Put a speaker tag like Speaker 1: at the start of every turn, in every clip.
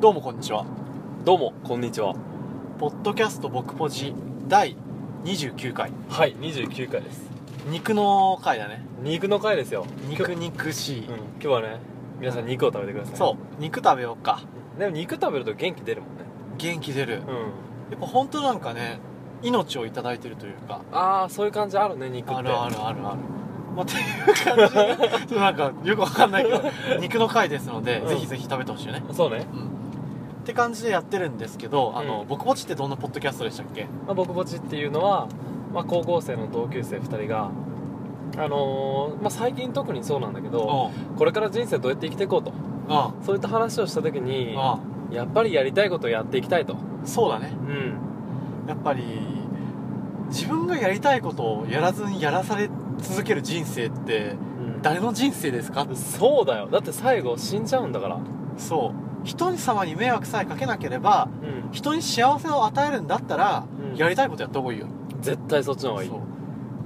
Speaker 1: どうもこんにちは
Speaker 2: どうもこんにちは
Speaker 1: ポッドキャスト僕ポジ第29回
Speaker 2: はい29回です
Speaker 1: 肉の回だね
Speaker 2: 肉の回ですよ
Speaker 1: 肉
Speaker 2: 今
Speaker 1: 肉しい
Speaker 2: 日,、うん、今日はね皆さん肉を食べてください
Speaker 1: そう肉食べようか
Speaker 2: うでも肉食べると元気出るもんね
Speaker 1: 元気出る
Speaker 2: うん
Speaker 1: やっぱ本当なんかね命をいただいてるというか
Speaker 2: ああそういう感じあるね肉って
Speaker 1: あるあるあるあるまあ、っていう感じでちょっとなんかよくわかんないけど肉の回ですので、
Speaker 2: うん
Speaker 1: ぜひぜひ食べてほしいよね
Speaker 2: そうね、
Speaker 1: うんって感じでやってるんですけど、あの
Speaker 2: うん
Speaker 1: 僕ポチってどんなポッドキャストでしたっけ
Speaker 2: まあ、僕ぼちっていうのは、まあ、高校生の同級生2人があのーまあ、最近特にそうなんだけ
Speaker 1: う
Speaker 2: ど
Speaker 1: ん
Speaker 2: これから人生どうやって生きていこうと
Speaker 1: あ
Speaker 2: そういった話をした時に
Speaker 1: あ
Speaker 2: やっぱりやりたいことをやっていきたいと
Speaker 1: そうだね
Speaker 2: うん
Speaker 1: やっぱり自分がやりたいことをやらずにやらされ続ける人生って誰の人生ですか
Speaker 2: そうだよだって最後死んじゃうんだから
Speaker 1: そう人様に迷惑さえかけなければ
Speaker 2: うん
Speaker 1: 人に幸せを与えるんだったら、
Speaker 2: うん
Speaker 1: やりたいことやった方がいいよ、
Speaker 2: 絶対そっちの方がいい
Speaker 1: そう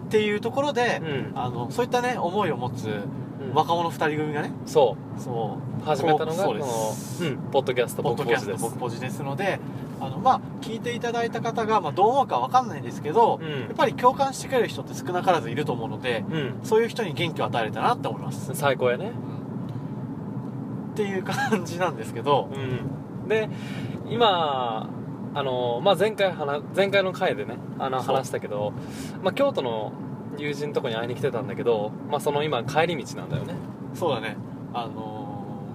Speaker 1: っていうところで、
Speaker 2: ん
Speaker 1: あのそういったね思いを持つ
Speaker 2: うん
Speaker 1: 若者2人組がね
Speaker 2: そ
Speaker 1: そう
Speaker 2: 始めたのが
Speaker 1: そう
Speaker 2: こ
Speaker 1: で
Speaker 2: の
Speaker 1: す
Speaker 2: うんポッドキャスト
Speaker 1: ポッ
Speaker 2: 僕
Speaker 1: ド
Speaker 2: ポ
Speaker 1: キャ
Speaker 2: ーチ
Speaker 1: スト
Speaker 2: です
Speaker 1: 僕ポジですのであのまあ聞いていただいた方が、まあ、どう思うかわかんないですけど、
Speaker 2: う
Speaker 1: やっ
Speaker 2: ん
Speaker 1: ぱり共感してくれる人って少なからずいると思うので、
Speaker 2: うん
Speaker 1: そういう人に元気を与えれたなって思います。
Speaker 2: 最高やね
Speaker 1: っていう感じなんですけど、
Speaker 2: うんで今あのまあ前回話前回の回でねあの
Speaker 1: そう
Speaker 2: 話したけどまあ京都の友人とこに会いに来てたんだけどまあその今帰り道なんだよね
Speaker 1: そうだね、あのー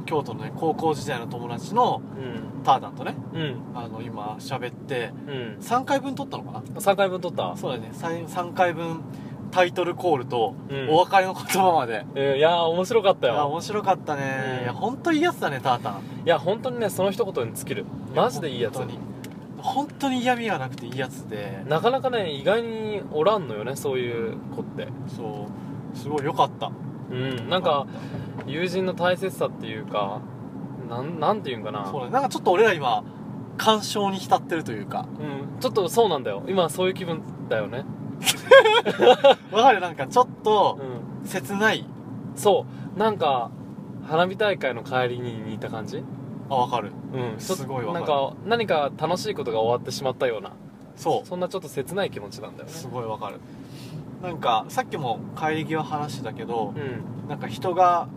Speaker 1: 京都のね、高校時代の友達のターダンとね、
Speaker 2: うんうん
Speaker 1: あの、今喋って、
Speaker 2: うん
Speaker 1: 3回分撮ったのか
Speaker 2: 3回分撮った
Speaker 1: なそうだね、3, 3回分タイトルコールと、
Speaker 2: うん
Speaker 1: お別れの言葉まで。
Speaker 2: えーいやー面白かった
Speaker 1: あ
Speaker 2: よ
Speaker 1: 面白かったね、
Speaker 2: うん
Speaker 1: いや本当いいやつだねタータン
Speaker 2: いや本当にねその一言に尽きるマジでいいやつ
Speaker 1: 本当に本当に嫌味がなくていいやつで
Speaker 2: なかなかね意外におらんのよねそういう子って
Speaker 1: そうすごい良かった
Speaker 2: うんなんか友人の大切さっていうかなんなんていうんかな
Speaker 1: そうだねなんかちょっと俺ら今感傷に浸ってるというか
Speaker 2: うん、ちょっとそうなんだよ今そういう気分だよね、
Speaker 1: わかるなんかちょっと
Speaker 2: うん、
Speaker 1: 切ない
Speaker 2: そうなんか花火大会の帰りに似た感じ
Speaker 1: あわかる
Speaker 2: うんちょっ
Speaker 1: すごいわかる
Speaker 2: なんか何か楽しいことが終わってしまったような
Speaker 1: そう
Speaker 2: そんなちょっと切ない気持ちなんだよね
Speaker 1: すごいわかるなんかさっきも帰り際話してたけど
Speaker 2: うん
Speaker 1: なんか人が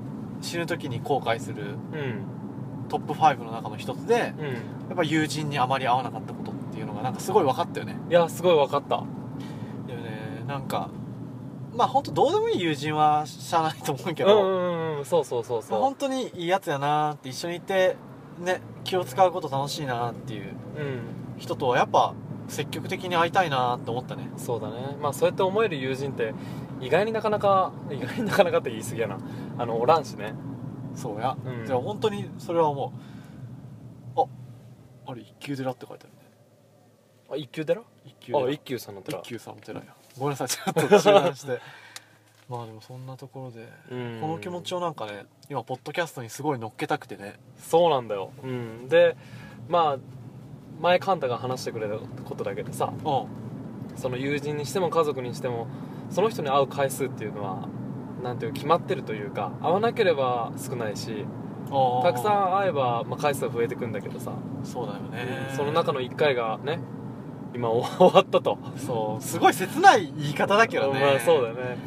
Speaker 1: 死ぬ時に後悔する
Speaker 2: うん
Speaker 1: トップ5の中の一つでや
Speaker 2: うん
Speaker 1: っぱ友人にあまり会わなかったことっていうのがなんかすごいわかったよね
Speaker 2: いやすごい分かった
Speaker 1: だよねなんかまあ本当どうでもいい友人はしゃあないと思うけ
Speaker 2: うんう
Speaker 1: ど、
Speaker 2: んうんそうそうそうそ
Speaker 1: 本当にいいやつやなーって一緒にいてね気を使うこと楽しいなーっていう
Speaker 2: ううん
Speaker 1: 人とはやっぱ積極的に会いたいなーって思ったね
Speaker 2: そうだねまあそうやって思える友人って意外になかなか意外になかなかって言い過ぎやなあのおらんしね
Speaker 1: そうや、
Speaker 2: うん
Speaker 1: でも本当にそれは思うああれ一級寺って書いてあるね
Speaker 2: あ一級寺
Speaker 1: 一級寺
Speaker 2: あ一級さんの寺
Speaker 1: 一級さんの寺やごめんなさいちょっと中断して まあでもそんなところで、
Speaker 2: うん
Speaker 1: この気持ちをなんかね今ポッドキャストにすごい乗っけたくてね
Speaker 2: そうなんだよ、うん、でまあ前カンタが話してくれたことだけどさ
Speaker 1: うん
Speaker 2: その友人にしても家族にしてもその人に会う回数っていうのはなんていう決まってるというか会わなければ少ないしたくさん会えば、まあ、回数は増えてくんだけどさ、
Speaker 1: んそうだよね、
Speaker 2: その中の1回がね今終わ ったと
Speaker 1: そうすごい切ない言い方だけどね、
Speaker 2: まあそうだよね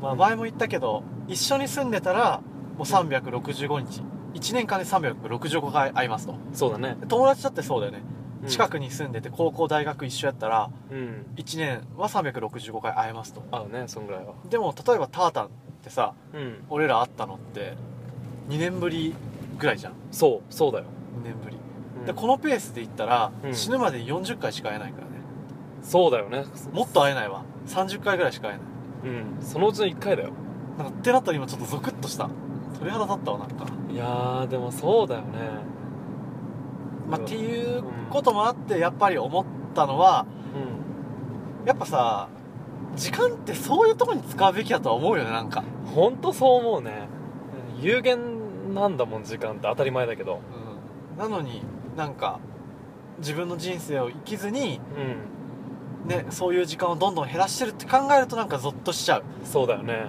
Speaker 1: まあ前も言ったけど一緒に住んでたらもう365日1年間で365回会いますと
Speaker 2: そうだね、
Speaker 1: で友達だってそうだよね、
Speaker 2: うん
Speaker 1: 近くに住んでて高校大学一緒やったら
Speaker 2: うん
Speaker 1: 1年は365回会えますと
Speaker 2: 会うねそんぐらいは
Speaker 1: でも例えばタータンってさ
Speaker 2: うん
Speaker 1: 俺ら会ったのって2年ぶりぐらいじゃん
Speaker 2: そうそうだよ、
Speaker 1: 2年ぶり、
Speaker 2: うん
Speaker 1: でこのペースで言ったら、
Speaker 2: うん
Speaker 1: 死ぬまで40回しか会えないからね
Speaker 2: そうだよね
Speaker 1: もっと会えないわ30回ぐらいしか会えない
Speaker 2: うんそのうちの1回だよ
Speaker 1: なんかってなったら今ちょっとゾクッとした鳥肌立ったわなんか、
Speaker 2: いやーでもそうだよね
Speaker 1: まあ、
Speaker 2: う
Speaker 1: っ
Speaker 2: ん
Speaker 1: ていうこともあってやっぱり思ったのは
Speaker 2: う
Speaker 1: やっぱさ時間ってそういうとこに使うべきだとは思うよねなんか、
Speaker 2: んほんとそう思うね有限なんだもん時間って当たり前だけど
Speaker 1: うん、なのになんか自分の人生を生きずに
Speaker 2: うん
Speaker 1: ねそういう時間をどんどん減らしてるって考えるとなんかゾッとしちゃう、
Speaker 2: そうだよね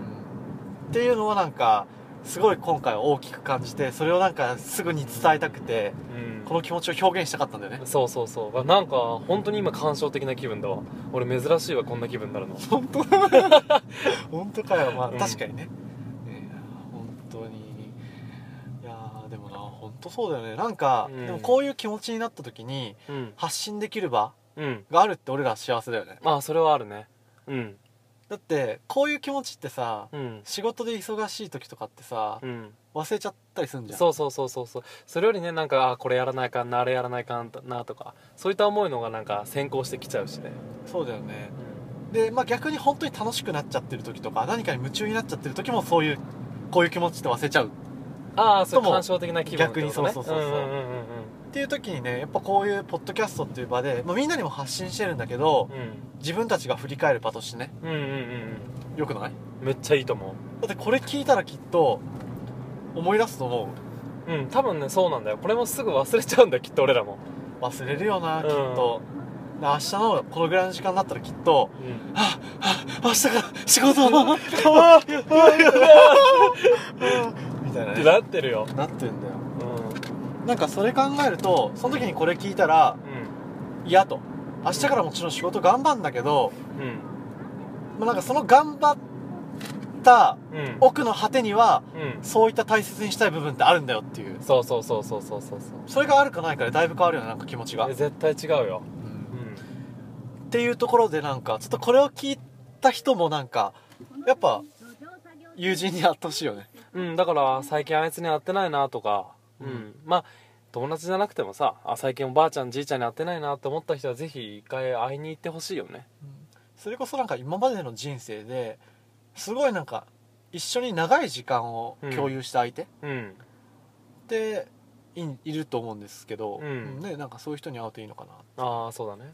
Speaker 1: っていうのはなんかすごい今回大きく感じてそれをなんかすぐに伝えたくて
Speaker 2: うん
Speaker 1: この気持ちを表現したかったんだよね
Speaker 2: そうそうそうあなんか本当に今感傷的な気分だわ俺珍しいわこんな気分になるの
Speaker 1: 本当本当かよまあ、
Speaker 2: うん
Speaker 1: 確かにねね本当にいやーでもな本当そうだよねなんか、
Speaker 2: うん
Speaker 1: でもこういう気持ちになった時に
Speaker 2: うん
Speaker 1: 発信できる場
Speaker 2: うん
Speaker 1: があるって俺ら幸せだよね
Speaker 2: まあそれはあるねうん
Speaker 1: だってこういう気持ちってさ、
Speaker 2: うん
Speaker 1: 仕事で忙しい時とかってさ、
Speaker 2: うん
Speaker 1: 忘れちゃったりすんじゃん
Speaker 2: そうそうそうそうそうそれよりねなんかあこれやらないかんなあれやらないかんなとかそういった思いのがなんか先行してきちゃうしね
Speaker 1: そうだよねで、まあ、逆に本当に楽しくなっちゃってる時とか何かに夢中になっちゃってる時もそういうこういう気持ちって忘れちゃうっ
Speaker 2: ああそ
Speaker 1: と
Speaker 2: う
Speaker 1: も
Speaker 2: 感傷的な気分ってこと
Speaker 1: 逆
Speaker 2: ね
Speaker 1: にそうそうそうそうん
Speaker 2: んうん
Speaker 1: ていう時にねやっぱこういうポッドキャストっていう場で、まあ、みんなにも発信してるんだけど
Speaker 2: うん
Speaker 1: 自分たちが振り返る場としてね
Speaker 2: うんうんうんうん
Speaker 1: よくない
Speaker 2: うんめっちゃいいと思
Speaker 1: だってこれ聞いたらきっと思い出すと思
Speaker 2: ううん多分ねそうなんだよこれもすぐ忘れちゃうんだよきっと俺らも
Speaker 1: う忘れるよなき
Speaker 2: うん
Speaker 1: っと、で明日のこのぐらいの時間になったらきっ と
Speaker 2: うん
Speaker 1: 明日から仕事あ ーあーみたいな
Speaker 2: って
Speaker 1: ね
Speaker 2: なってるよ
Speaker 1: なってるんだよ
Speaker 2: う
Speaker 1: なんかそれ考えるとその時にこれ聞いたら
Speaker 2: んうん
Speaker 1: 嫌と明日からもちろん仕事頑張んだけど、
Speaker 2: うん
Speaker 1: まあ、なんかその頑張った
Speaker 2: うん
Speaker 1: 奥の果てには
Speaker 2: うん
Speaker 1: そういった大切にしたい部分ってあるんだよっていう
Speaker 2: そうそうそうそうそうそうそう
Speaker 1: それがあるかないかでだいぶ変わるよねなんか気持ちが、
Speaker 2: え絶対違うようん
Speaker 1: っていうところでなんかちょっとこれを聞いた人もなんかやっぱ友人に会ってほしいよね
Speaker 2: うん、だから最近あいつに会ってないなとか、
Speaker 1: う
Speaker 2: うんんまあ友達じゃなくてもさあ最近おばあちゃんじいちゃんに会ってないなって思った人はぜひ一回会いに行ってほしいよね
Speaker 1: それこそなんか今までの人生ですごいなんか一緒に長い時間を共有した相手っ
Speaker 2: うん
Speaker 1: てい,、いると思うんですけど、
Speaker 2: うん
Speaker 1: ね、なんかそういう人に会うといいのかなっ
Speaker 2: ああそうだね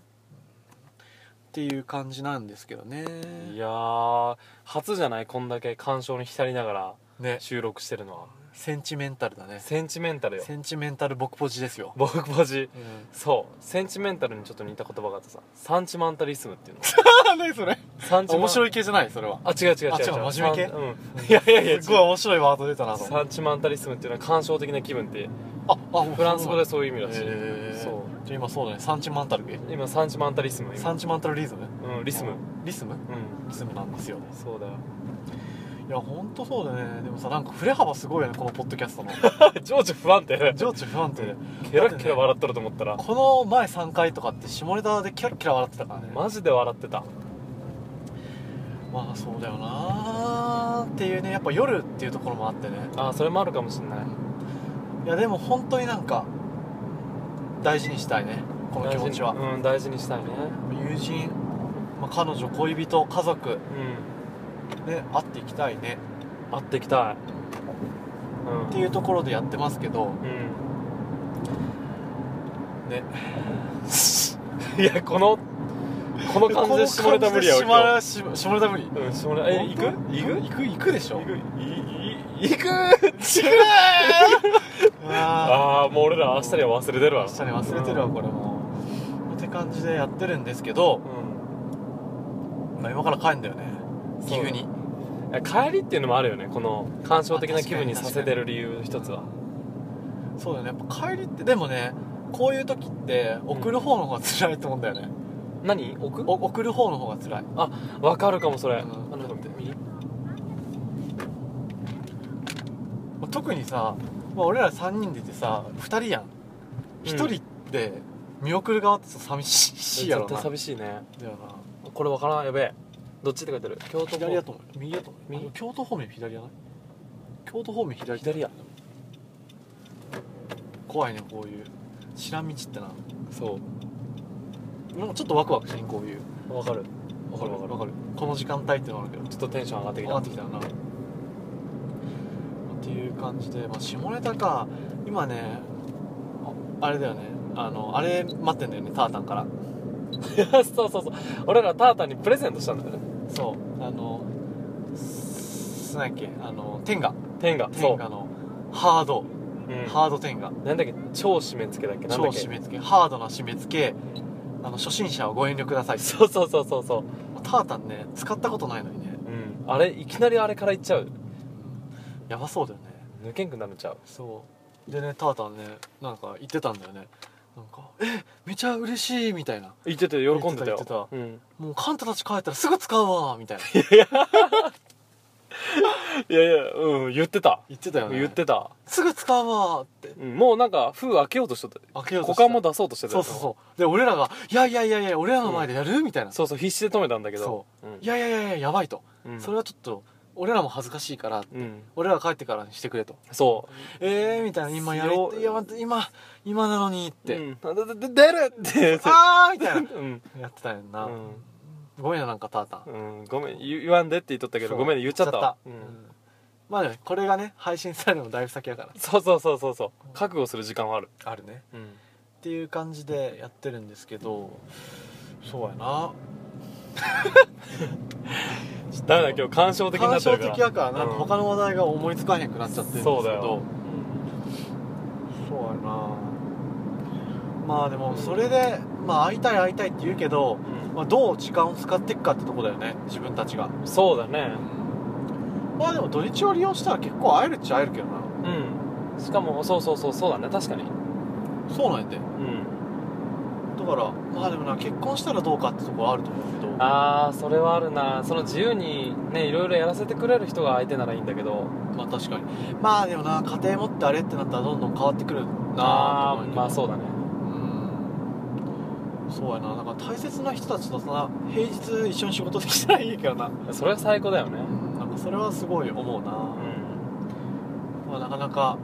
Speaker 1: ていう感じなんですけどね
Speaker 2: いやー初じゃないこんだけ感傷に浸りなが
Speaker 1: ね
Speaker 2: ら収録してるのは
Speaker 1: センチメンタルだね
Speaker 2: センチメンタルよ
Speaker 1: センチメンタル僕ポジですよ、
Speaker 2: 僕ポジ
Speaker 1: うん、
Speaker 2: そうセンチメンタルにちょっと似た言葉があってさサンチマンタリスムっていうの
Speaker 1: 何それ
Speaker 2: サンチマン
Speaker 1: 面白
Speaker 2: い
Speaker 1: い系じゃないそれは
Speaker 2: あ違う違う違う
Speaker 1: あ違う真面目系
Speaker 2: サンうんいやいやいや違う
Speaker 1: すごい面白いワード出たなと
Speaker 2: サンチマンタリスムっていうのは感傷的な気分って
Speaker 1: ああ
Speaker 2: フランス語ですそういう意味らしい、
Speaker 1: へー
Speaker 2: そ
Speaker 1: じゃあ今そうだねサンチマンタルゲ
Speaker 2: う今サンチマンタリスム
Speaker 1: サ
Speaker 2: 今
Speaker 1: ンチマンタルリズム
Speaker 2: うんリスム
Speaker 1: リスム
Speaker 2: うん
Speaker 1: リズムなんですよ
Speaker 2: そうだよ
Speaker 1: いやほんとそうだねでもさなんか振れ幅すごいよねこのポッドキャ ストの
Speaker 2: 情緒不安定
Speaker 1: 情緒不安定で
Speaker 2: ケラッケラ笑っとると思ったら
Speaker 1: この前3回とかって下ネタでキラッキラ笑ってたからね
Speaker 2: マジで笑ってた
Speaker 1: まあそうだよなーっていうねやっぱ夜っていうところもあってね
Speaker 2: あーそれもあるかもしんない
Speaker 1: いやでも本当になんか大事にしたいねこの気持ちは
Speaker 2: 大事にうん大事にしたいね
Speaker 1: 友人、まあ、彼女恋人家族
Speaker 2: うん
Speaker 1: ね会っていきたいね
Speaker 2: 会ってきたいうん
Speaker 1: っていうところでやってますけど
Speaker 2: う
Speaker 1: ね
Speaker 2: んいやこの この感じで下ネタ無理やわ
Speaker 1: この感じで下ネタ下ネタ無理
Speaker 2: 今日うん下ネタえ行く行く
Speaker 1: 行く行くでしょ
Speaker 2: 行くいい行く行く
Speaker 1: あ
Speaker 2: ああもう俺ら明日には忘れてるわ
Speaker 1: あ下に忘れてるわこれもって感じでやってるんですけど、
Speaker 2: う
Speaker 1: まあ、今から帰んだよね
Speaker 2: そう
Speaker 1: 岐阜に
Speaker 2: んいや帰りっていうのもあるよねこの感傷的な気分にさせてる理由の一つは
Speaker 1: そうだよねやっぱ帰りってでもねこういう時って送る方の方が辛いと思うんだよね、
Speaker 2: 何奥
Speaker 1: お送る方の方が辛い
Speaker 2: 分かるかもそれあ
Speaker 1: うん
Speaker 2: のちょっと待って
Speaker 1: まあ特にさ、まあ、俺ら3人でてさ2人やん1人って見送る側ってさ寂しいやろ
Speaker 2: 絶
Speaker 1: な
Speaker 2: 対寂しいね
Speaker 1: だよな
Speaker 2: これ分からんやべえどっちって書いてある京都
Speaker 1: 左だ
Speaker 2: 方
Speaker 1: と思うよ右だと思うよ
Speaker 2: 右
Speaker 1: あ京都方面左じゃない京都方面左
Speaker 2: 左や
Speaker 1: 怖いねこういう知らん道ってな
Speaker 2: そ
Speaker 1: なんかちょっとワクワクしんこういう
Speaker 2: う分かる分かる分かる
Speaker 1: わかるこの時間帯ってのあるけど
Speaker 2: ちょっとテンション上がってき
Speaker 1: 上
Speaker 2: た
Speaker 1: がってきたよなっていう感じで、まあ、下ネタか今ねああれだよねあのあれ待ってんだよねタータンから
Speaker 2: そうそうそう俺らタータンにプレゼントしたんだよね
Speaker 1: そうあのすなんやっけあの天下
Speaker 2: 天がそ
Speaker 1: 天下のハード、
Speaker 2: う、うん、
Speaker 1: ハード天下
Speaker 2: なんだっけ超締め付けだっけなん
Speaker 1: 超
Speaker 2: だっけ
Speaker 1: 締め付けハードな締め付けあの初心者をご遠慮ください
Speaker 2: そうそうそうそうそう
Speaker 1: タータンね使ったことないのにね
Speaker 2: うんあれいきなりあれから行っちゃう
Speaker 1: やばそうだよね
Speaker 2: 抜けんくなるんちゃう
Speaker 1: そうでねタータンねなんか言ってたんだよねなんか「えめちゃ嬉しい」みたいな
Speaker 2: 言ってて喜んでた
Speaker 1: 言
Speaker 2: よ
Speaker 1: ってた
Speaker 2: うん、
Speaker 1: 「もうカンタたち帰ったらすぐ使うわ」みたい ない
Speaker 2: やいやうん言ってた、
Speaker 1: 言ってたよね
Speaker 2: 言ってた、
Speaker 1: すぐ使うわーって
Speaker 2: うん、もうなんか封開けようとしとった
Speaker 1: 開けようと
Speaker 2: 股
Speaker 1: した
Speaker 2: 間も出そうとしてた
Speaker 1: そうそうそうで俺らが「いやいやいやいや俺らの前でやる?」みたいな「
Speaker 2: そうそう必死で止めたんだけど、
Speaker 1: そう
Speaker 2: ん、
Speaker 1: いやいやいやいややばい」と、
Speaker 2: うん、
Speaker 1: それはちょっと俺らも恥ずかしいから
Speaker 2: うん
Speaker 1: 俺らが帰ってからにしてくれと
Speaker 2: そ
Speaker 1: 「えー」みたいな「今やり
Speaker 2: 強い
Speaker 1: いや待って今今なのに」っ
Speaker 2: うで、
Speaker 1: て「
Speaker 2: うん、あでで出るって
Speaker 1: あー」みたいな
Speaker 2: うん
Speaker 1: やってたんやん
Speaker 2: う
Speaker 1: な、
Speaker 2: ん
Speaker 1: ごめんよなんかタータン
Speaker 2: うん、ごめん言言わんでって言っとったけ
Speaker 1: そ
Speaker 2: ど
Speaker 1: う
Speaker 2: ごめんね言っちゃった
Speaker 1: う
Speaker 2: うん
Speaker 1: んまあねこれがね配信されるのもだいぶ先やから
Speaker 2: そうそうそうそうそう覚悟する時間はある、
Speaker 1: あるね
Speaker 2: うん、
Speaker 1: っていう感じでやってるんですけどそうやな
Speaker 2: だめだ今日感傷的にな
Speaker 1: 感
Speaker 2: ってる
Speaker 1: 傷
Speaker 2: から
Speaker 1: 的やからなんか
Speaker 2: うん
Speaker 1: 他の話題が思いつかへんくなっちゃってるんですけど
Speaker 2: そうだよ、
Speaker 1: そうやなまあでもそれで、まあ、会いたい会いたいって言うけど、
Speaker 2: う
Speaker 1: まあ、どう時間を使っていくかってとこだよね自分たちが
Speaker 2: ん、そうだね
Speaker 1: まあでも土日を利用したら結構会えるっちゃ会えるけどな
Speaker 2: うんしかもそうそうそうそうだね確かに
Speaker 1: そうなんやでだ
Speaker 2: うん
Speaker 1: からまあでもな結婚したらどうかってとこはあると思うけど
Speaker 2: ああそれはあるなその自由にねいろいろやらせてくれる人が相手ならいいんだけど
Speaker 1: まあ確かにまあでもな家庭持ってあれってなったらどんどん変わってくるな
Speaker 2: あ
Speaker 1: と思
Speaker 2: ー
Speaker 1: うけど
Speaker 2: まあそうだね
Speaker 1: うんそうやななんか大切な人たちとさ平日一緒に仕事できたらいいけどな
Speaker 2: それは最高だよね
Speaker 1: なんかそれはすごい思うな、
Speaker 2: うん
Speaker 1: まあ、なかなか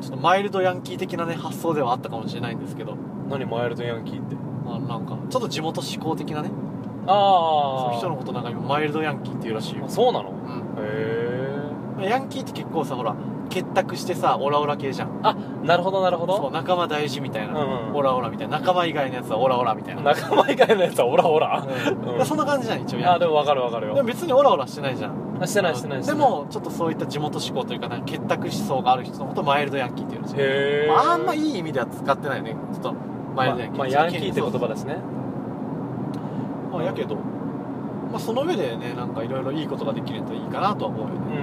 Speaker 1: ちょっとマイルドヤンキー的なね発想ではあったかもしれないんですけど、
Speaker 2: 何燃えるとヤンキーって
Speaker 1: まあ、なんかちょっと地元志向的なねそ
Speaker 2: あ
Speaker 1: の
Speaker 2: あ
Speaker 1: 人のことなんか今マイルドヤンキーっていうらしいよ、
Speaker 2: そうなの
Speaker 1: うん
Speaker 2: へえ
Speaker 1: まあ、ヤンキーって結構さほら結託してさオラオラ系じゃん
Speaker 2: なるほどなるほ
Speaker 1: そう
Speaker 2: ど
Speaker 1: 仲間大事みたいな、
Speaker 2: ん
Speaker 1: オラオラみたいな仲間以外のやつはオラオラみたいな、
Speaker 2: 仲間以外のやつはオラオラ、
Speaker 1: うんそんな感じじゃん一応ヤ
Speaker 2: あ
Speaker 1: ンキ
Speaker 2: で
Speaker 1: ー
Speaker 2: も分かる分かる
Speaker 1: で
Speaker 2: よ
Speaker 1: も別にオラオラしてないじゃん
Speaker 2: あしてないしてないして
Speaker 1: で
Speaker 2: ない
Speaker 1: もちょっとそういった地元志向というかなんか結託思想がある人のことをマイルドヤンキーっていうらしい
Speaker 2: へえ
Speaker 1: まあ、あんまいい意味では使ってないよねちょっとマイルドヤンキー、
Speaker 2: まあ、まあヤンキーって言
Speaker 1: そうそ
Speaker 2: 葉だしね
Speaker 1: うまあやけど、まあ、その上でねなんかいろいろいいことができるといいかなとは思うよ
Speaker 2: う
Speaker 1: ね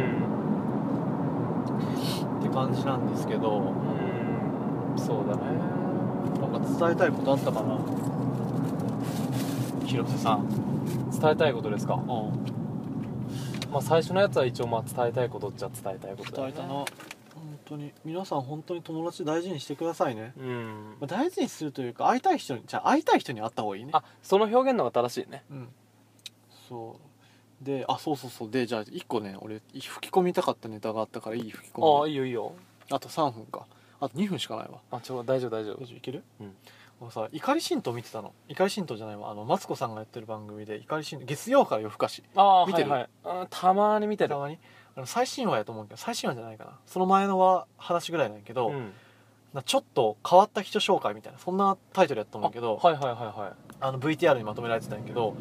Speaker 2: ん、
Speaker 1: って感じなんですけど
Speaker 2: うん、そうだね
Speaker 1: なんか伝えたいことあったかな広瀬さん
Speaker 2: 伝えたいことですか、
Speaker 1: うん
Speaker 2: まあ、最初のやつは一応まあ伝えたいことっちゃ伝えたいことだ
Speaker 1: 伝え
Speaker 2: よね
Speaker 1: たな本当に皆さん本当に友達大事にしてくださいね
Speaker 2: うん
Speaker 1: まあ大事にするというか会いたい人にじゃあ会いたい人に会った方がいいね
Speaker 2: あその表現の方が正しいね
Speaker 1: うんそうであそうそうそうでじゃあ1個ね俺吹き込みたかったネタがあったからいい吹き
Speaker 2: あ
Speaker 1: 込
Speaker 2: あ
Speaker 1: み
Speaker 2: いいよいいよ
Speaker 1: あと3分かあと2分しかないわ
Speaker 2: あちょ大丈夫大丈夫
Speaker 1: 大丈夫いける
Speaker 2: うん
Speaker 1: 俺さ怒り神道見てたの怒り神道じゃないわあのマツコさんがやってる番組で怒り神道月曜から夜更かし
Speaker 2: ああ
Speaker 1: 見てる
Speaker 2: はいはいうん、たまに見て
Speaker 1: た
Speaker 2: る
Speaker 1: まにあの最新話やと思うけど最新話じゃないかなその前のは話ぐらいなんやけど、
Speaker 2: ん、
Speaker 1: なちょっと変わった人紹介みたいなそんなタイトルやったと思
Speaker 2: あ
Speaker 1: うんやけど
Speaker 2: はいはいはいは
Speaker 1: あの VTR にまとめられてたんやけど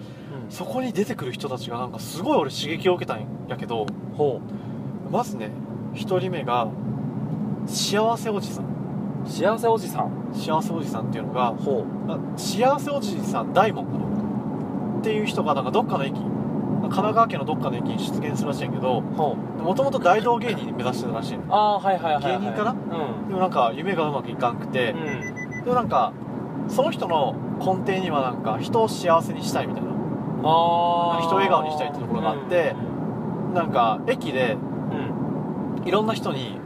Speaker 2: い、
Speaker 1: そこに出てくる人たちがなんかすごい俺刺激を受けたんやけど
Speaker 2: うん、ほ
Speaker 1: まずね1人目が幸せおじさん
Speaker 2: う幸せおじさん
Speaker 1: 幸せおじさんっていうのが
Speaker 2: ほう
Speaker 1: あ幸せおじさん大門かなっていう人がなんかどっかの駅神奈川県のどっかの駅に出現するらしいんやけど
Speaker 2: ほう
Speaker 1: もともと大道芸人に目指してたらしいの
Speaker 2: ああーはいはいはい、はい、
Speaker 1: 芸人かな
Speaker 2: うん
Speaker 1: でもなんか夢がうまくいかんくて
Speaker 2: う、
Speaker 1: でもなんかその人の根底にはなんか人を幸せにしたいみたいなん
Speaker 2: ああ
Speaker 1: 人を笑顔にしたいってところがあってなんか駅で
Speaker 2: うん
Speaker 1: いろんな人に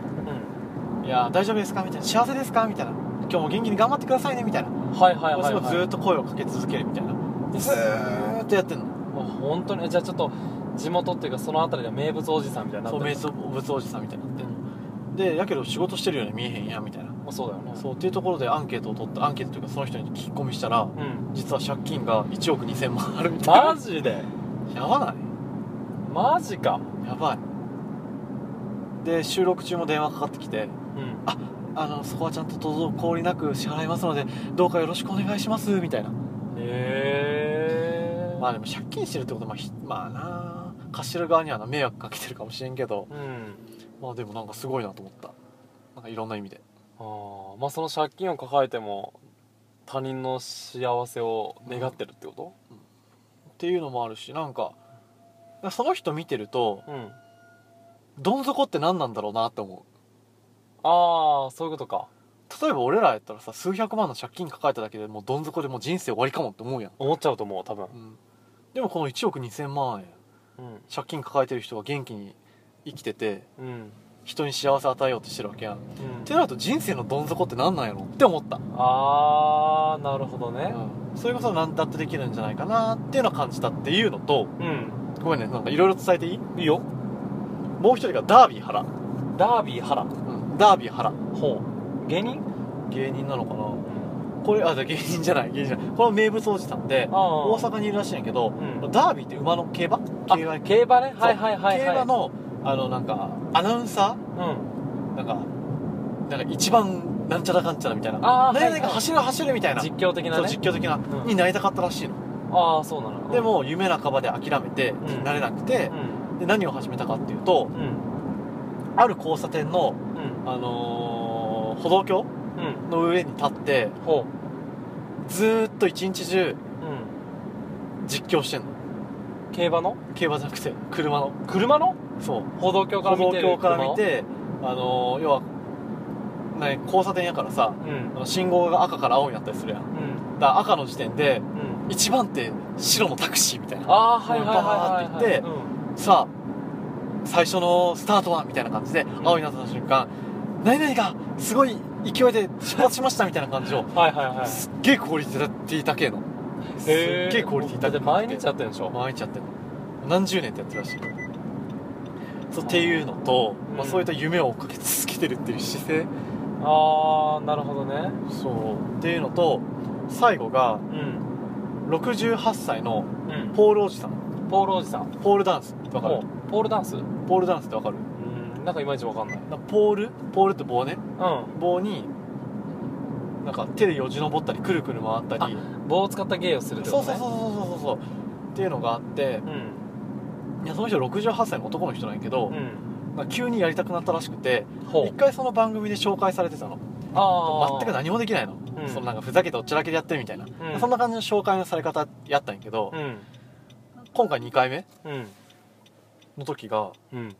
Speaker 2: う
Speaker 1: 「
Speaker 2: ん、
Speaker 1: いや大丈夫ですか?」みたいな「幸せですか?」みたいな「今日も元気に頑張ってくださいね」みたいな
Speaker 2: うん、はいはいはい、
Speaker 1: 私も
Speaker 2: はい、
Speaker 1: ずーっと声をかけ続けるみたいなずーっとやってんの
Speaker 2: もう本当にじゃあちょっと地元っていうかその辺りで名物おじさんみたいになっ
Speaker 1: そう
Speaker 2: て
Speaker 1: 名
Speaker 2: る
Speaker 1: 物おじさんみたいになって
Speaker 2: うん
Speaker 1: でやけど仕事してるよね見えへんやんみたいな
Speaker 2: まあそうだよね
Speaker 1: そうっていうところでアンケートを取ったアンケートというかその人に聞き込みしたら
Speaker 2: うん
Speaker 1: 実は借金が1億2000万あるみたいな
Speaker 2: マジで
Speaker 1: やばない
Speaker 2: マジか
Speaker 1: やばいで収録中も電話かかってきて
Speaker 2: うん
Speaker 1: 「あのそこはちゃんと滞りなく支払いますのでどうかよろしくお願いします」みたいな
Speaker 2: へえ
Speaker 1: まあでも借金してるってことはまあひまあな貸してる側にはな迷惑かけてるかもしれんけど
Speaker 2: うん
Speaker 1: まあでもなんかすごいなと思ったなんかいろんな意味で
Speaker 2: あーまあその借金を抱えても他人の幸せを願ってるってこ
Speaker 1: っていうのもあるしなんかその人見てると
Speaker 2: とうん
Speaker 1: どん底って何なんだろうなって思う
Speaker 2: ああそういうことか
Speaker 1: 例えば俺らやったらさ数百万の借金抱えただけでもうどん底でもう人生終わりかもって思うやん、
Speaker 2: 思っちゃうと思う多分
Speaker 1: うん、でもこの1億2000万円
Speaker 2: うん
Speaker 1: 借金抱えてる人は元気に生きてて
Speaker 2: うん、
Speaker 1: 人に幸せ与えようとしてるわけやんっ
Speaker 2: うん
Speaker 1: てなると人生のどん底って何なんやろって思った、
Speaker 2: ああなるほどね
Speaker 1: うん、それこそ何だってできるんじゃないかなっていうのを感じたっていうのと
Speaker 2: うん、
Speaker 1: ごめんねなんかいろいろ伝えていい
Speaker 2: いいよ
Speaker 1: もう一人がダービー原、
Speaker 2: ダービー原
Speaker 1: うん、ダービー原
Speaker 2: ほう芸人
Speaker 1: 芸人なのかなこれあじゃあ芸人じゃない芸人じゃないこの名物おじさんで
Speaker 2: ああ
Speaker 1: 大阪にいるらしいんやけど
Speaker 2: うん
Speaker 1: ダービーって馬の競馬
Speaker 2: あ
Speaker 1: 競馬
Speaker 2: 競馬ね
Speaker 1: そう
Speaker 2: はいはいはいはい
Speaker 1: 競馬のあのなんかアナウンサ
Speaker 2: うん
Speaker 1: ーなんかなんか一番なんちゃらかんちゃらみたいな
Speaker 2: ああ
Speaker 1: 何
Speaker 2: はい
Speaker 1: 々が
Speaker 2: はい
Speaker 1: 走る走るみたいな、
Speaker 2: 実況的な
Speaker 1: そう
Speaker 2: ね
Speaker 1: 実況的な、
Speaker 2: うん
Speaker 1: になりたかったらしいの、
Speaker 2: ああそうなの
Speaker 1: でも夢半ばで諦めて、
Speaker 2: ん
Speaker 1: なれなくて
Speaker 2: う、ん
Speaker 1: で何を始めたかっていうと
Speaker 2: うん
Speaker 1: ある交差点の、
Speaker 2: うん
Speaker 1: あのー歩道橋
Speaker 2: うん
Speaker 1: の上に立って
Speaker 2: ほ
Speaker 1: ずーっと一日中
Speaker 2: うう
Speaker 1: 実況してんの
Speaker 2: ん競馬の
Speaker 1: 競馬じゃなくて車の
Speaker 2: 車の
Speaker 1: そう
Speaker 2: 歩道橋から
Speaker 1: 歩道
Speaker 2: 見てる
Speaker 1: 橋から
Speaker 2: 車を
Speaker 1: 見てあのー要は、ね、交差点やからさ
Speaker 2: うん
Speaker 1: あの信号が赤から青になったりするやんだ
Speaker 2: うん
Speaker 1: から赤の時点で
Speaker 2: うん
Speaker 1: 1番手白のタクシーみたいな
Speaker 2: ああはいはいはいはいはい
Speaker 1: バーってさあ最初のスタートはみたいな感じで
Speaker 2: ん
Speaker 1: 青になった瞬間「何々がすごい勢いで出発しました」みたいな感じを
Speaker 2: うんはいはいはい
Speaker 1: すっげえクオリティ高えのすっ
Speaker 2: へー
Speaker 1: げえクオリティ高
Speaker 2: だ
Speaker 1: え
Speaker 2: って毎日やってるんでしょ
Speaker 1: 毎日やってんの何十年ってやってるらしいそうっていうのと、まあ、
Speaker 2: うん
Speaker 1: そういった夢を追っかけ続けてるっていう姿勢
Speaker 2: ああなるほどね
Speaker 1: そうっていうのと最後が
Speaker 2: うん
Speaker 1: 68歳の
Speaker 2: うん
Speaker 1: ポールおじさん
Speaker 2: ポールおじさん
Speaker 1: ポールダンスってわか
Speaker 2: ほ
Speaker 1: る
Speaker 2: うポールダンスう
Speaker 1: ポールダンスってわかる
Speaker 2: んなんかいまいちわかんない
Speaker 1: なポールポールって棒ね
Speaker 2: う
Speaker 1: 棒になんか手でよじ登ったりくるくる回ったり
Speaker 2: ん棒を使った芸をするって
Speaker 1: そ
Speaker 2: こ
Speaker 1: う
Speaker 2: と
Speaker 1: そうそ
Speaker 2: ね
Speaker 1: うそうそうそうそうっていうのがあって
Speaker 2: うん
Speaker 1: いやその人68歳の男の人なんやけど、
Speaker 2: うん
Speaker 1: なんか急にやりたくなったらしくて
Speaker 2: ほ
Speaker 1: 一
Speaker 2: う
Speaker 1: 回その番組で紹介されてたの
Speaker 2: ああ
Speaker 1: 全く何もできないの、
Speaker 2: うん
Speaker 1: そのなんかふざけておっちゃらけでやってるみたいな、
Speaker 2: うん
Speaker 1: そんな感じの紹介のされ方やったんやけど、
Speaker 2: うん
Speaker 1: 今回2回目
Speaker 2: うん
Speaker 1: の時が
Speaker 2: うん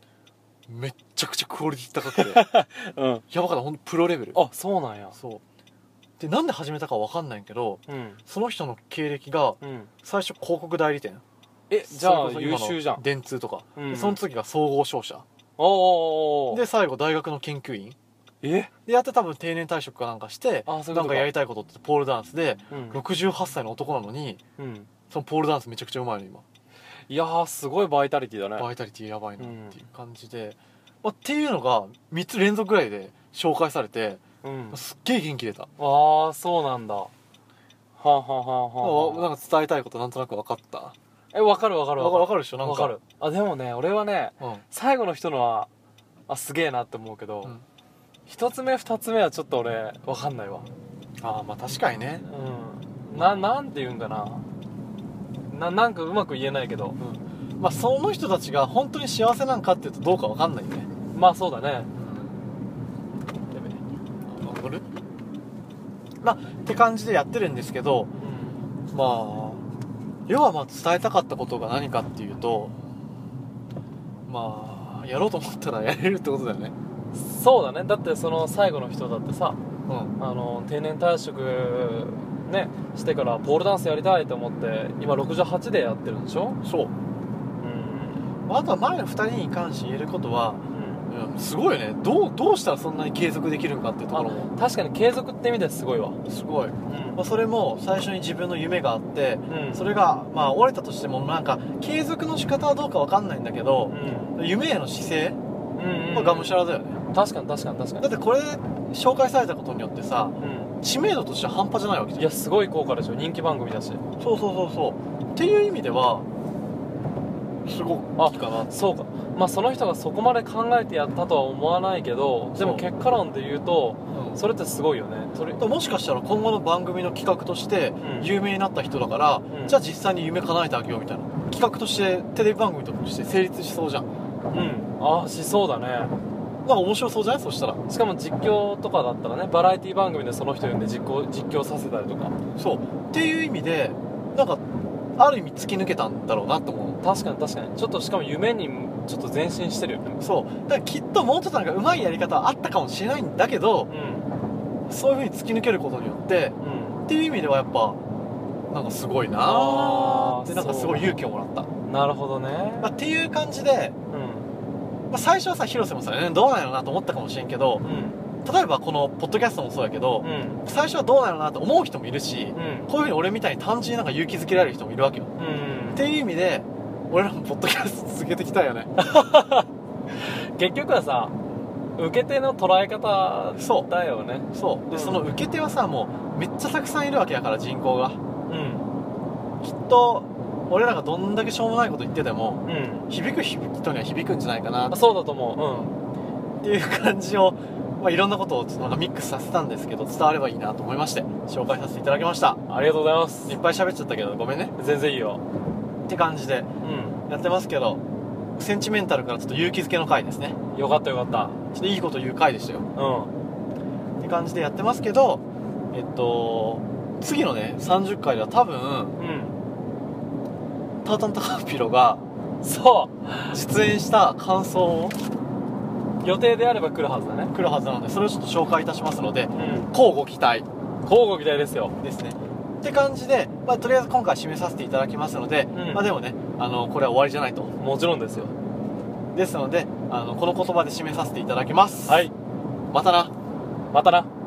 Speaker 1: めっちゃくちゃクオリティ 高くて
Speaker 2: うん
Speaker 1: やばかったほんとプロレベル
Speaker 2: あそうなんや
Speaker 1: そうでなんで始めたかわかんないけど
Speaker 2: うん
Speaker 1: その人の経歴が
Speaker 2: うん
Speaker 1: 最初広告代理店
Speaker 2: えじゃあ
Speaker 1: それこそ
Speaker 2: 優
Speaker 1: 今の
Speaker 2: 秀じゃん
Speaker 1: 電通とか、
Speaker 2: うん
Speaker 1: でその次が総合商社
Speaker 2: おーおーおー
Speaker 1: で最後大学の研究員
Speaker 2: え
Speaker 1: でやって多分定年退職かなんかして
Speaker 2: あそ
Speaker 1: な
Speaker 2: ういうことか
Speaker 1: んかやりたいことってポールダンスで
Speaker 2: うん
Speaker 1: 68歳の男なのに
Speaker 2: うん
Speaker 1: そのポールダンスめちゃくちゃうまいの今
Speaker 2: いやーすごいバイタリティだね
Speaker 1: バイタリティやばいなっていう感じで、まあ、っていうのが3つ連続ぐらいで紹介されて
Speaker 2: うん
Speaker 1: すっげえ元気出た、
Speaker 2: ああそうなんだはあ、はあはあはあ
Speaker 1: なんか伝えたいことなんとなく分かった
Speaker 2: えわかるわかる
Speaker 1: 分かる分
Speaker 2: か
Speaker 1: かるでしょ
Speaker 2: る
Speaker 1: なんか
Speaker 2: わかるあでもね俺はね
Speaker 1: うん
Speaker 2: 最後の人のはあすげえなって思うけど、
Speaker 1: うん
Speaker 2: 一つ目二つ目はちょっと俺わかんないわ
Speaker 1: ああまあ確かにね
Speaker 2: うんななんて言うんかなななんかうまく言えないけど
Speaker 1: まあその人たちが本当に幸せなんかっていうとどうか分かんないよね
Speaker 2: まあそうだね
Speaker 1: やべあ分かるまあって感じでやってるんですけど
Speaker 2: うん
Speaker 1: まあ要はまあ伝えたかったことが何かっていうとまあやろうと思ったらやれるってことだよね
Speaker 2: そうだねだってその最後の人だってさ
Speaker 1: うん
Speaker 2: あの定年退職ねしてからポールダンスやりたいと思って今68でやってるんでしょ
Speaker 1: そう
Speaker 2: うん
Speaker 1: まああとは前の2人に関して言えることは、うん、すごいよねどうどうしたらそんなに継続できるのかっていうところも
Speaker 2: あ確かに継続って意味ですごいわ
Speaker 1: すごい、ま
Speaker 2: うん
Speaker 1: あ、それも最初に自分の夢があって
Speaker 2: うん
Speaker 1: それがまあ折れたとしてもなんか継続の仕方はどうかわかんないんだけど
Speaker 2: う、ん
Speaker 1: 夢への姿勢
Speaker 2: うん
Speaker 1: はがむしゃらだよね、
Speaker 2: 確かに確かに確か
Speaker 1: だ
Speaker 2: に
Speaker 1: ってこれ紹介されたことによってさ
Speaker 2: う
Speaker 1: 知名度としては半端じゃないわけ
Speaker 2: ん
Speaker 1: じ
Speaker 2: い
Speaker 1: ゃん
Speaker 2: やすごい効果でしょ人気番組だし
Speaker 1: そうそうそうそうっていう意味ではすごくいいかな
Speaker 2: そうかまあその人がそこまで考えてやったとは思わないけどでも
Speaker 1: そう
Speaker 2: 結果論で言うと
Speaker 1: うん
Speaker 2: それってすごいよねそれ
Speaker 1: だからもしかしたら今後の番組の企画として
Speaker 2: うん
Speaker 1: 有名になった人だから、
Speaker 2: うん
Speaker 1: じゃあ実際に夢叶えてあげようみたいな企画としてテレビ番組として成立しそうじゃんなん
Speaker 2: うんああしそうだね
Speaker 1: か面白そうじゃないそしたら
Speaker 2: しかも実況とかだったらねバラエティ番組でその人呼んで実況実況させたりとか
Speaker 1: そうっていう意味でなんかある意味突き抜けたんだろうなと思う
Speaker 2: 確かに確かにちょっとしかも夢にちょっと前進してるよね
Speaker 1: そうだからきっともうちょっとなんかうまいやり方はあったかもしれないんだけど
Speaker 2: うん
Speaker 1: そういうふうに突き抜けることによって
Speaker 2: うん
Speaker 1: っていう意味ではやっぱなんかすごいなー
Speaker 2: あー
Speaker 1: ってなんかすごい勇気をもらった、
Speaker 2: なるほどね
Speaker 1: まあ、っていう感じで、
Speaker 2: うん
Speaker 1: まあ、最初はさ広瀬もさ、ね、どうなんやろなと思ったかもしれんけど
Speaker 2: うん
Speaker 1: 例えばこのポッドキャストもそうやけど、
Speaker 2: うん
Speaker 1: 最初はどうなんやろなと思う人もいるし
Speaker 2: うん
Speaker 1: こういうふうに俺みたいに単純になんか勇気づけられる人もいるわけよ
Speaker 2: うん
Speaker 1: っていう意味で俺らもポッドキャスト続けてきたよね
Speaker 2: 結局はさ受け手の捉え方
Speaker 1: そ
Speaker 2: だよね
Speaker 1: うそうで
Speaker 2: うん
Speaker 1: その受け手はさもうめっちゃたくさんいるわけやから人口が
Speaker 2: うん
Speaker 1: きっと俺らがどんだけしょうもないこと言ってても
Speaker 2: うん
Speaker 1: 響く人には響くんじゃないかな
Speaker 2: あそうだと思
Speaker 1: っていう感じを、まあ、いろんなことをちょっとなんかミックスさせたんですけど伝わればいいなと思いまして紹介させていただきました
Speaker 2: ううんありがとうございま
Speaker 1: いっ
Speaker 2: す
Speaker 1: ぱい喋っちゃったけどごめんね
Speaker 2: 全然いいよ
Speaker 1: って感じで
Speaker 2: う
Speaker 1: やってますけどセンチメンタルからちょっと勇気づけの回ですね
Speaker 2: んよかったよかった
Speaker 1: ちょっといいこと言う回でしたよ
Speaker 2: う
Speaker 1: って感じでやってますけどえっと次のね30回では多分
Speaker 2: んうん
Speaker 1: タータンタカーピロが
Speaker 2: そ
Speaker 1: 実演した感想を
Speaker 2: う予定であれば来るはずだね
Speaker 1: 来るはずなのでそれをちょっと紹介いたしますので
Speaker 2: うん
Speaker 1: 乞うご期待
Speaker 2: 交互期待ですよ
Speaker 1: ですねって感じで、まあ、とりあえず今回締めさせていただきますので、
Speaker 2: ん
Speaker 1: まあでもねあのこれは終わりじゃないと
Speaker 2: もちろんですよ
Speaker 1: ですのであのこの言葉で締めさせていただきます
Speaker 2: はい
Speaker 1: またな
Speaker 2: またな